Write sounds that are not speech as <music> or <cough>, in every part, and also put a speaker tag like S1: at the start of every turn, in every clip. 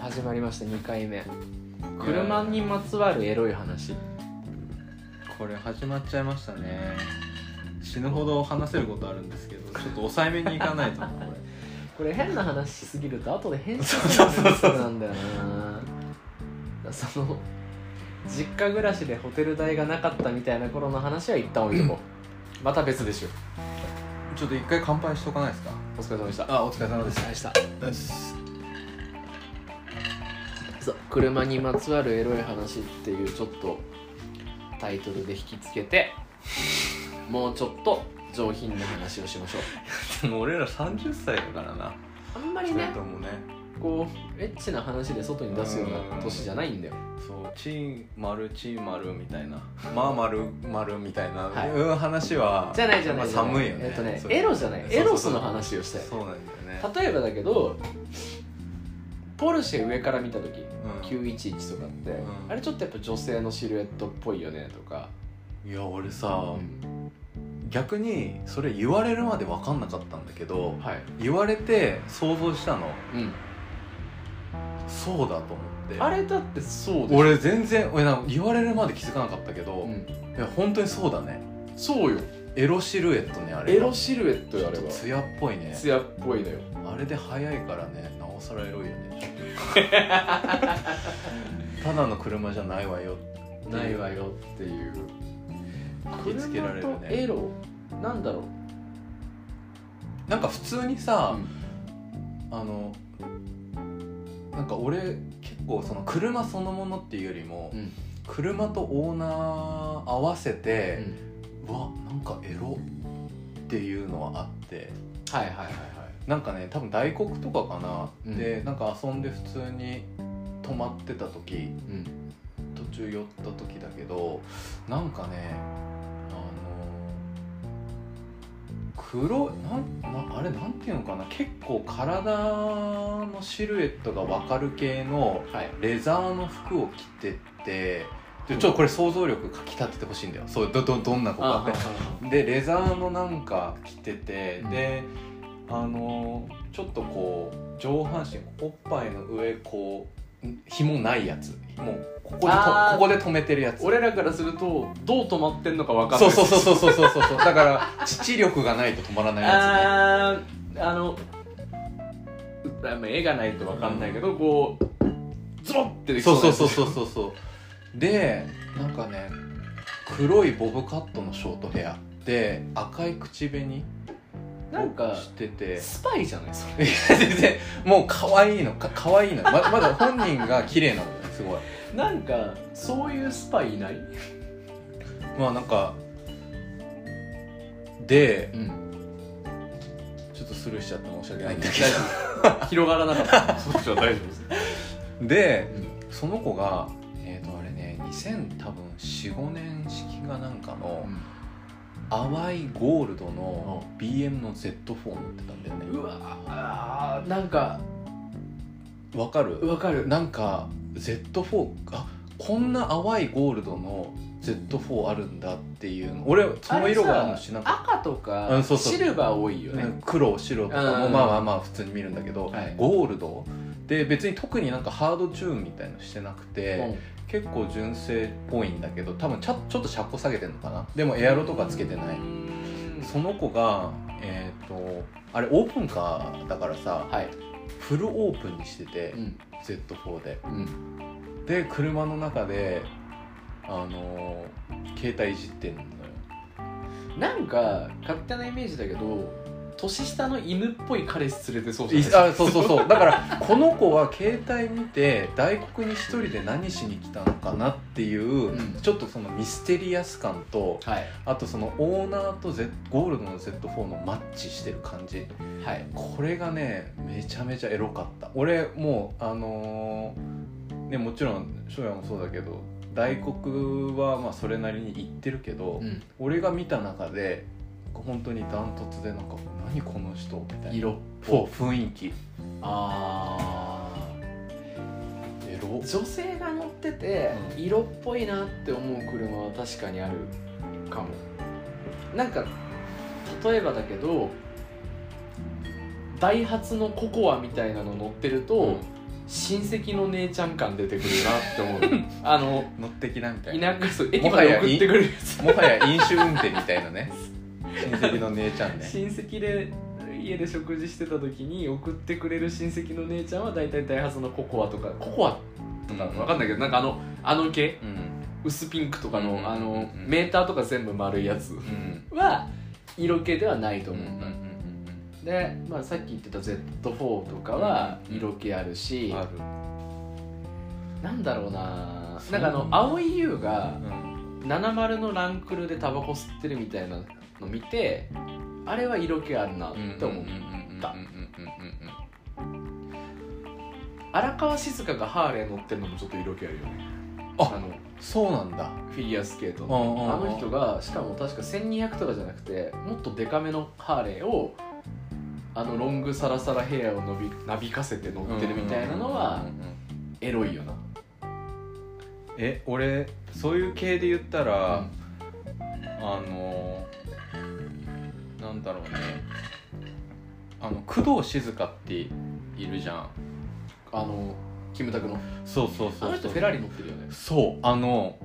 S1: 始まりました2回目車にまつわるエロい話
S2: これ始まっちゃいましたね死ぬほど話せることあるんです
S1: <laughs>
S2: けどちょっと抑えめにいかないとなこれ
S1: これ変な話しすぎると後で編集するのがそうなんだよなその実家暮らしでホテル代がなかったみたいな頃の話は一旦置いとこうまた別でしょ
S2: ちょっと一回乾杯しとかないですか
S1: お疲れ様でした
S2: あお疲れ様で
S1: お疲れ様でした
S2: す
S1: そう車にまつわるエロい話っていうちょっとタイトルで引きつけてもうちょっと上品な話をしましょう
S2: でも俺ら30歳だからな
S1: <laughs> あんまり
S2: それ
S1: ね
S2: ともね
S1: こうエッチな話で外に出すような年じゃないんだよ
S2: そうチーマルチーマルみたいなまあマルマルみたいな、
S1: はい
S2: うん話は
S1: じゃないじゃない
S2: やっぱ寒いよね
S1: えっとね
S2: それ
S1: エロじゃない
S2: そうそう
S1: エ
S2: そう
S1: ロスの話をしたい
S2: そうなんだよね
S1: 例えばだけどポルシェ上から見た時
S2: うん
S1: 911とかって、
S2: うん
S1: あれちょっとやっぱ女性のシルエットっぽいよねとか、
S2: いや俺さ、逆にそれ言われるまで分かんなかったんだけど
S1: はい、
S2: 言われて想像したの
S1: うん、
S2: そうだと思って
S1: あれだってそうでしょ、
S2: 俺全然俺なんか言われるまで気づかなかったけど、
S1: う
S2: い
S1: ん、
S2: や本当にそうだね
S1: そうよ
S2: エロシルエットねあれ
S1: エロシルエット
S2: ち
S1: よ
S2: ょ
S1: あ
S2: っ
S1: れ
S2: と
S1: は
S2: ツヤっぽいね
S1: ツヤっぽいのよ
S2: あれで早いからねなおさらエロ
S1: <laughs>
S2: いよねただの車じゃないわよ
S1: ないわよっていう
S2: 引きつけられるね
S1: 車とエロなんだろう
S2: なんか普通にさ、
S1: うん
S2: あのなんか俺結構その車そのものっていうよりも、
S1: うん
S2: 車とオーナー合わせ
S1: う
S2: て、
S1: ん
S2: うわなんかエロっていうのはあって
S1: はいはいはいはい
S2: なんかね多分大黒とかかな、
S1: うん
S2: でなんか遊んで普通に泊まってた時
S1: うん
S2: 途中寄った時だけどなんかねあの黒いなんなあれなんていうのかな結構体のシルエットが分かる系の
S1: はい
S2: レザーの服を着てってでちょっとこれ想像力かきたててほしいんだよそうどどどんな子かってでレザーのなんか着てて、
S1: うん
S2: であのーちょっとこう上半身おっぱいの上こうん紐ないやつもうここでと
S1: あー
S2: ここで止めてるやつ
S1: 俺らからするとどう止まってんのか分かんな
S2: そ
S1: いう
S2: そうそうそうそうそうそうそうだから父力がないと止まらないや
S1: あーあのうあまあ絵がないと分かんないけど、こうズロッてでき
S2: つねそう
S1: な
S2: そう
S1: やつ
S2: そうそうそうそうでなんかね黒いボブカットのショートヘアで赤い口紅
S1: なんか
S2: してて
S1: スパイじゃないそれ
S2: いや全然もう可愛いのか可愛いのままだ本人が綺麗なのねすごい
S1: なんかそういうスパイいない、
S2: まあなんかで
S1: うん、
S2: ちょっとスルーしちゃって申し訳ないんだけ
S1: 大丈夫広がらなかった <laughs> そっちは大丈夫です、
S2: どでその子がえっ、とあれね2045年式がなんかの淡いゴールドの BM の Z4 乗ってたんだよ
S1: う
S2: ね
S1: わあーなんか
S2: わかる
S1: 分かる
S2: なんか Z4 あこんな淡いゴールドの Z4 あるんだっていうの俺その色があるの知らなかっ
S1: 赤と
S2: う
S1: か
S2: んそうそう
S1: シルバー多いよ
S2: た
S1: ね、
S2: うん黒白とか
S1: うんうんう
S2: も
S1: ん
S2: まあまあまあ普通に見るんだけど、
S1: はい
S2: ゴールドで別に特になんかハードチューンみたいのしてなくて、
S1: うん、
S2: 結構純正っぽいんだけど多分ちゃちょっと車高下げてんのかなでもエアロとかつけてないう
S1: ーん
S2: その子がえっ、とあれオープンカーだからさ
S1: はい、
S2: フルオープンにしてて、
S1: うん
S2: Z4 で
S1: うん、
S2: で車の中であのー携帯いじってんのよ
S1: なんか勝手なイメージだけど年下の犬っぽい彼氏連れてそうじ
S2: い
S1: ゃない
S2: あそうそうそうだからこの子は携帯見て大黒に一人で何しに来たのかなっていう、
S1: うん
S2: ちょっとそのミステリアス感と
S1: はい
S2: あとそのオーナーと、Z、ゴールドの Z4 のマッチしてる感じ
S1: はい
S2: これがねめちゃめちゃエロかった俺もうあのーねもちろん翔也もそうだけど大黒はまあそれなりに言ってるけど、
S1: うん
S2: 俺が見た中で本当にダントツでなんか「何この人」みたいな
S1: 色
S2: そう雰囲気
S1: あ
S2: エロ
S1: ー女性が乗ってて
S2: うん
S1: 色っぽいなって思う車は確かにあるかもなんか例えばだけどダイハツのココアみたいなの乗ってると、
S2: うん
S1: 親戚の姉ちゃん感出てくるなって思うあの
S2: 乗ってきなみたいな
S1: 田舎そう駅まで送ってくれるやつ
S2: もはや飲酒運転みたいなね親戚の姉ちゃんね
S1: 親戚で家で食事してた時に送ってくれる親戚の姉ちゃんは大体ダイハツのココアとかココアとかわかんないけどなんかあのあの系
S2: うん
S1: 薄ピンクとかの,、
S2: うん
S1: あ
S2: うん
S1: のメーターとか全部丸いやつ
S2: うん
S1: は色気ではないと
S2: うんう
S1: 思
S2: ん
S1: う、
S2: うん
S1: で、まあ、さっき言ってた Z4 とかは
S2: うん
S1: 色気あるし、
S2: うんある
S1: なんだろうな
S2: そ
S1: な
S2: う
S1: んかあの青い優が
S2: うん
S1: 70のランクルでタバコ吸ってるみたいなの見てあれは色気あるなって思う、た
S2: うんうんうんうんうん
S1: 荒川静香がハーレー乗ってるのもちょっと色気あるよね
S2: あ
S1: の
S2: そうなんだ
S1: フィギュアスケート
S2: うんうんうん
S1: のあの人がしかも確か1200とかじゃなくてもっとデカめのハーレーをあのロングサラサラヘアを伸びなびかせて乗ってるみたいなのは
S2: うんうんうんうん
S1: エロいよな、
S2: え俺そういう系で言ったら、
S1: うん
S2: あのなんだろうねあの工藤静香っているじゃん
S1: あのキムタクの
S2: そうそうそうそう
S1: あの人フェラーリ乗ってるよね
S2: そうあの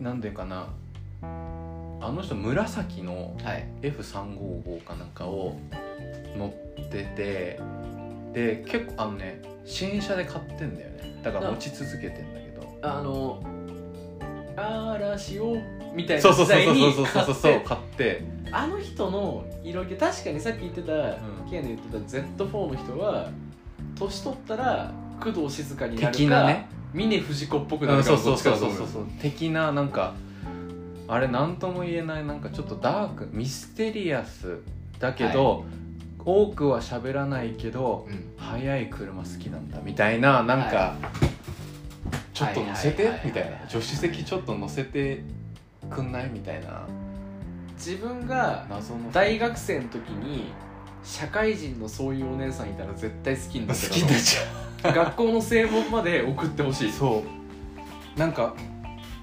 S2: なんでかなあの人紫の
S1: はい
S2: F355 かなんかを乗っててで結構あのね新車で買ってんだよねだから持ち続けてんだけど
S1: あの嵐をみたい
S2: そ
S1: な
S2: うそう
S1: 時代
S2: そうそう
S1: に
S2: そうそうそ
S1: 買っ
S2: う
S1: て
S2: 買って
S1: あの人の色気確かにさっき言ってた、
S2: ん
S1: ケイの言ってた Z4 の人は年取ったら工藤静香になるか
S2: 的なね
S1: 峰不二子っぽくな
S2: う
S1: る
S2: ん
S1: か
S2: そ
S1: ら
S2: うそうそ
S1: ど
S2: うそう
S1: っちかだと思
S2: そう的ななんかあれ何とも言えないなんかちょっとダークミステリアスだけど、多くは喋らないけど
S1: うようん
S2: 速い車好きなんだみたいななんか、
S1: は
S2: ちょっと乗せて
S1: はいはいはいはい
S2: みたいな助手席ちょっと乗せてくんないみたいな
S1: 自分が
S2: 謎の
S1: 大学生の時に社会人のそういうお姉さんいたら絶対好きに
S2: 好
S1: な
S2: き
S1: ってた
S2: になっちゃ
S1: 学校の正門まで送ってほし
S2: う <laughs>
S1: い
S2: そうなんか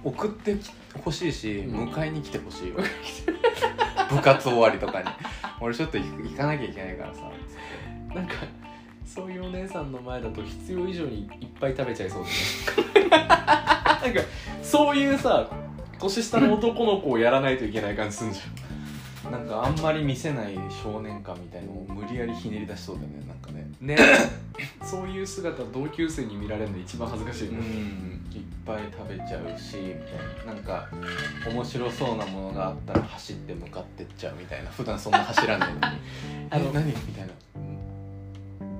S2: 送ってきほしいし、
S1: うん
S2: 迎えに来てほしいわ <laughs> 部活終わりとかに俺ちょっと行く行かなきゃいけないからさつって
S1: なんかそういうお姉さんの前だと必要以上にいっぱい食べちゃいそうだねなんかそういうさ年下の男の子をやらないといけない感じすんじ
S2: なんかあんまり見せない少年感みたいのを無理やりひねり出しそうだよねなんかね
S1: ゃんねそういう姿同級生に見られるの一番恥ずかしいよね、
S2: んいっぱい食べちゃうしみたいななんか面白そうなものがあったら走って向かってっちゃうみたいな普段そんな走らないのに
S1: <laughs> あの
S2: え何みたいな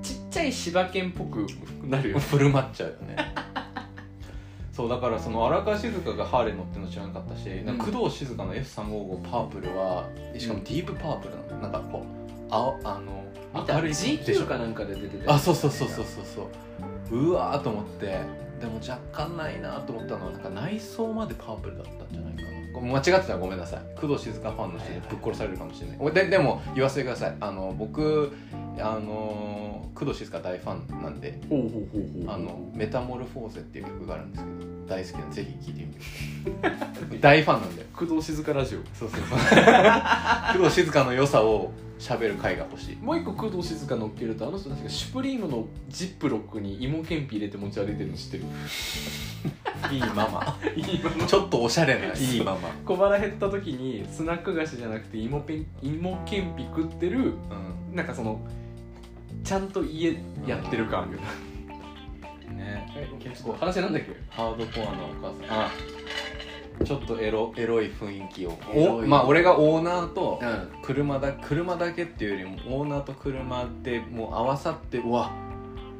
S1: ちっちゃい柴犬っぽくなるよ
S2: 振る舞っちゃうよ
S1: <laughs>
S2: ねそうだからその荒川静香がハーレー乗ってるの知らなかったし、なんか
S1: うん
S2: 工藤静香の F355 パープルはしかもディープパープルなのなんかこう青あ
S1: 見
S2: の
S1: た
S2: 明るいでし
S1: GQ
S2: ょ
S1: かなんかで出てて
S2: あそうそうそうそうそうそううわーと思ってでも若干ないなと思ったのはなんか内装までパープルだったんじゃないかなごめん間違ってたらごめんなさい工藤静香ファンの人にぶっ殺されるかもしれない、ででも言わせてくださいあの僕あのー工藤静香大ファンなんで
S1: ほうほうほうほう
S2: あの「メタモルフォーゼ」っていう曲があるんですけど大好きなんでぜひ聴いてみてください大ファンなんで
S1: 工藤静香ラジオ
S2: そうそう <laughs> そう工藤静香の良さを喋る回が欲しい
S1: もう一個工藤静香乗っけるとあの人確かシュプリームのジップロックに芋けんぴ入れて持ち歩いてるの知ってる <laughs>
S2: いいママ
S1: 今の
S2: ちょっとおしゃれないいママ
S1: 小腹減った時にスナック菓子じゃなくて芋ペン芋けんぴ食ってる
S2: う
S1: なんかそのちゃんと家やってる感あるよな、
S2: んね結構
S1: 話なんだっけ
S2: ハードコアなお母さんあちょっとエロエロい雰囲気を
S1: エロい
S2: おまあ俺がオーナーと
S1: ん
S2: 車だ車だけっていうよりもオーナーと車ってもう合わさってうわ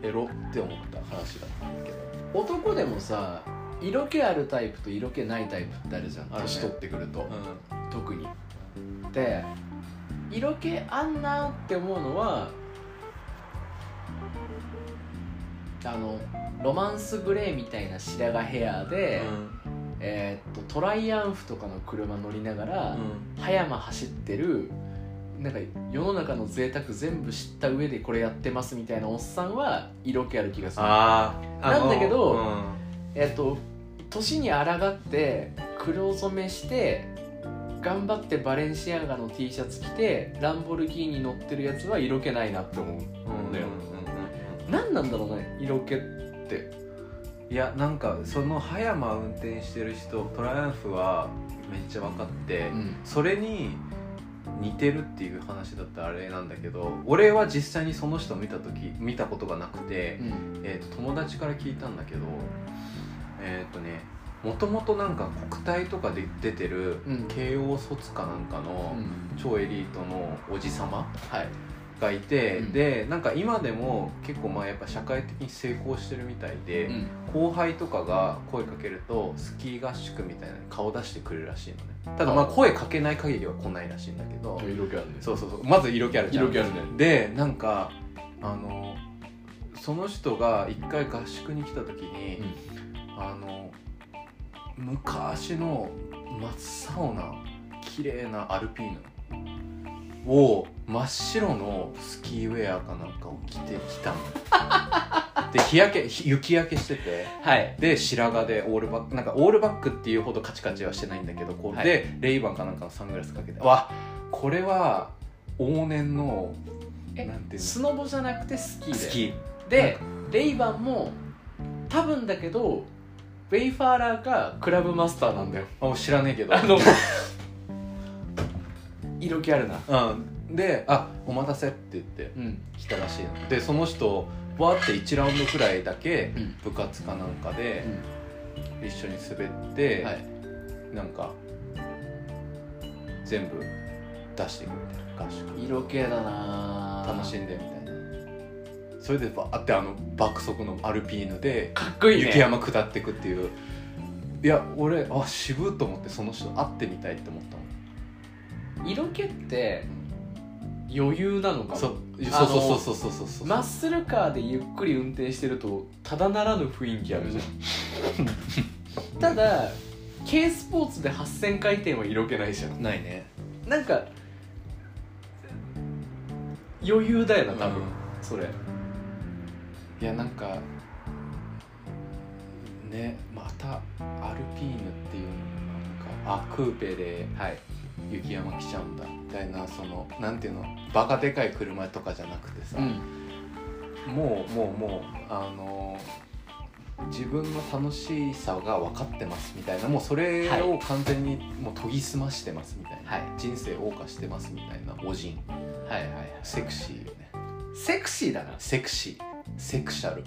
S2: エロって思った話だったんだけど
S1: 男でもさ色気あるタイプと色気ないタイプってあるじゃん、
S2: あるね
S1: 年取ってくると、
S2: う
S1: 特にで色気あんなって思うのはあのロマンスグレーみたいな白髪ヘアで、
S2: ん
S1: えーっとトライアンフとかの車乗りながら、葉山走ってるなんか世の中の贅沢全部知った上でこれやってますみたいなおっさんは色気ある気がする
S2: あーあの
S1: なんだけど
S2: うん
S1: えっと年に抗って黒染めして頑張ってバレンシアガの T シャツ着てランボルギーニ乗ってるやつは色気ないなって思う
S2: うんうんうんうん
S1: 何なんだろうね
S2: 色気っていやなんかその葉山運転してる人トライアンフはめっちゃ分かって、
S1: ん
S2: それに似てるっていう話だったらあれなんだけど俺は実際にその人を見た時見たことがなくて、
S1: うん
S2: えー、と友達から聞いたんだけどえっ、とねもともとなんか国体とかで出てる
S1: うん
S2: 慶応卒かなんかの、
S1: うん
S2: 超エリートのおじ様
S1: はい
S2: がいて、
S1: うん
S2: でなんか今でも結構まあやっぱ社会的に成功してるみたいで、
S1: うん
S2: 後輩とかが声かけるとスキー合宿みたいなのに顔出してくれるらしいのねただまあ
S1: あ
S2: 声かけない限りは来ないらしいんだけど
S1: 色気あるね
S2: そうそうそうまず色気あるじゃん
S1: 色気あるね
S2: でなんかあのその人が一回合宿に来た時に、あの昔の真っ青な綺麗なアルピーヌを真っ白のスキーウェアかなんかを着てきたの
S1: <laughs>
S2: で日焼けひ雪焼けしてて
S1: はい
S2: で白髪でオールバックなんかオールバックっていうほどカチカチはしてないんだけどこう、
S1: はい
S2: でレイバンかなんかのサングラスかけてわこれは往年の
S1: え
S2: なんていう
S1: スノボじゃなくてスキー
S2: の
S1: だよ
S2: スキ
S1: でレイバンも多分だけどベイファーラーがクラブマスターなんだよ
S2: ーあもう知らねえけど
S1: あの色気あるな
S2: うん、で「あお待たせ」って言って
S1: うん
S2: 来たらしいのでその人わーって1ラウンドくらいだけ
S1: うん
S2: 部活かなんかで
S1: う
S2: 一緒に滑って、
S1: んはい
S2: なんか全部出していくみたいな合宿
S1: 色気だなぁ
S2: 楽しんでみたいなそれでバーってあの爆速のアルピーヌで
S1: かっこいいね
S2: 雪山下っていくっていういや俺あ渋っと思ってその人会ってみたいって思ったの
S1: 色気って余裕なのかも
S2: そう
S1: あの
S2: そうそうそうそうそうそう
S1: マッスルカーでゆっくり運転してるとただならぬ雰囲気あるじゃん <laughs> ただ軽スポーツで8000回転は色気ないじゃん
S2: ないね
S1: なんか余裕だよな多分、
S2: うん
S1: それ
S2: いやなんかねまたアルピーヌっていうのがなんかあクーペで
S1: はい
S2: 雪山来ちゃうんだみたいなそのなんていうのバカでかい車とかじゃなくてさ、
S1: ん
S2: もうもうもうあの自分の楽しさが分かってますみたいなもうそれ
S1: はい
S2: を完全にもう研ぎ澄ましてますみたいな、
S1: はい
S2: 人生謳歌してますみたいなおじん
S1: はいはいはい
S2: セクシーよね
S1: セクシーだな
S2: セクシーセクシャル、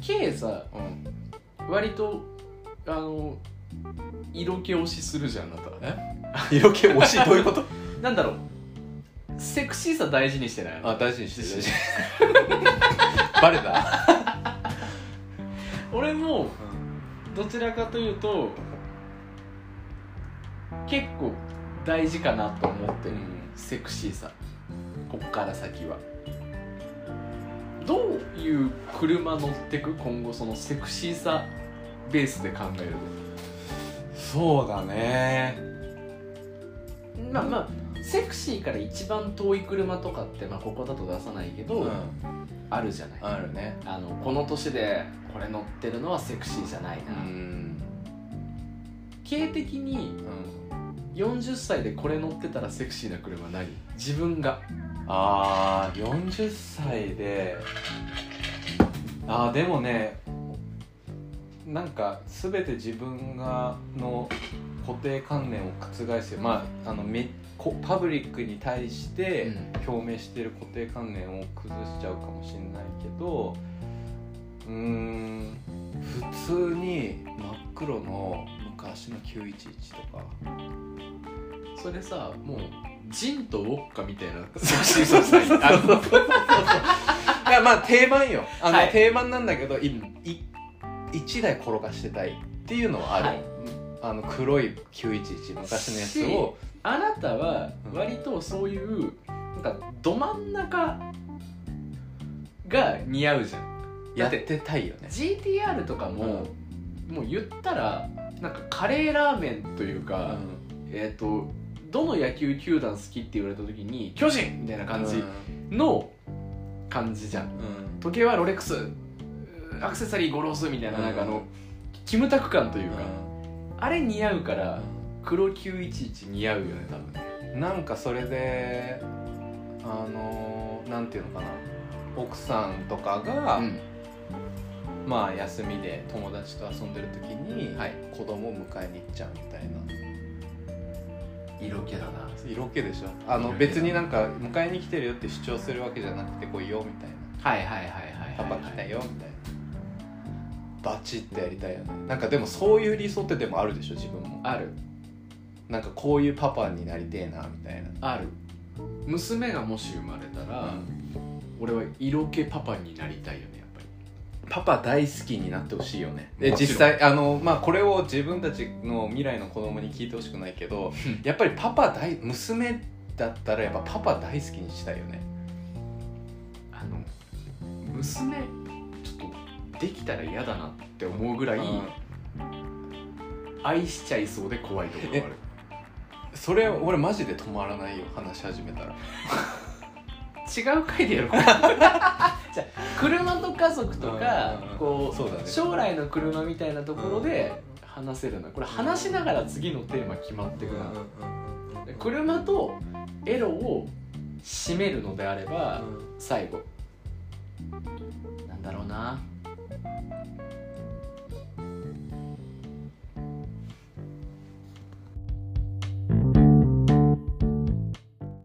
S1: K さ
S2: うん、
S1: 割とあの色気推しするじゃんあなた
S2: 色気惜しいどういうこと
S1: なんだろうセクシーさ大事にしてない
S2: あ大事にして大事にバレた、
S1: 俺もどちらかというと結構大事かなと思ってる、セクシーさこっから先はどういう車乗ってく今後そのセクシーさベースで考える
S2: そうだね
S1: とまあまあセクシーから一番遠い車とかって、まあ、ここだと出さないけど、
S2: うん
S1: あるじゃない
S2: あるね
S1: あのこの年でこれ乗ってるのはセクシーじゃないな、
S2: ん
S1: 経的に
S2: うん
S1: 40歳でこれ乗ってたらセクシーな車何自分が
S2: あー40歳であーでもねなんか全て自分がの固定観念を覆すよまああのめこパブリックに対して、表明してる固定観念を崩しちゃうかもしれないけどうーん普通に真っ黒の昔の911とか
S1: それさもうジンとウォッカみたい <laughs> な
S2: そうそうそうそう
S1: あの
S2: いやまあ定番よあの、
S1: はい
S2: 定番なんだけどいい1台転がしてたいっていうのはある、
S1: はい
S2: あの黒い911昔のやつを
S1: あなたは
S2: うん
S1: 割とそういうなんかど真ん中が似合うじゃん
S2: やってたいよね
S1: GTR とかも、もう言ったらなんかカレーラーメンという
S2: う
S1: か、
S2: ん
S1: えっ、とどの野球球団好きって言われた時に巨人みたいな感じの感じじゃん
S2: うん
S1: 時計はロレックスうーアクセサリーゴロースみたいななんかあの、
S2: うん
S1: キムタク感といううか、
S2: ん
S1: あれ似合うから黒911似合うよね多分
S2: なんかそれであのなんていうのかな奥さんとかが、
S1: うん
S2: まあ休みで友達と遊んでる時に、
S1: はい
S2: 子供を迎えに行っちゃうみたいな
S1: 色気だな
S2: 色気でしょあ
S1: 色
S2: の
S1: 気だ
S2: 別になんか迎えに来てるよって主張するわけじゃなくて来いよみたい
S1: はいはいはいはい
S2: な
S1: はい
S2: パパ来たよみたいなバチってやりたいよねなんかでもそういう理想ってでもあるでしょ自分も
S1: ある
S2: なんかこういうパパになりてえなみたいな
S1: ある娘がもし生まれたら、
S2: うん
S1: 俺は色気パパになりたいよねやっぱり
S2: パパ大好きになってほしいよねで
S1: もちろん
S2: 実際あの、まあ、これを自分たちの未来の子供に聞いてほしくないけどやっぱりパパ大娘だったらやっぱパパ大好きにしたいよね
S1: あの娘ちょっとできたら嫌だなって思うぐらい
S2: うん
S1: 愛しちゃいそうで怖いところがあ <laughs> る
S2: それ俺マジで止まらないよ話し始めたら
S1: 違う回でやろう
S2: <laughs>
S1: じゃあ車と家族とか
S2: うんうんうん
S1: こ
S2: そうだね
S1: う将来の車みたいなところで話せるなこれ話しながら次のテーマ決まってくなで車とエロを締めるのであれば最後なんだろうな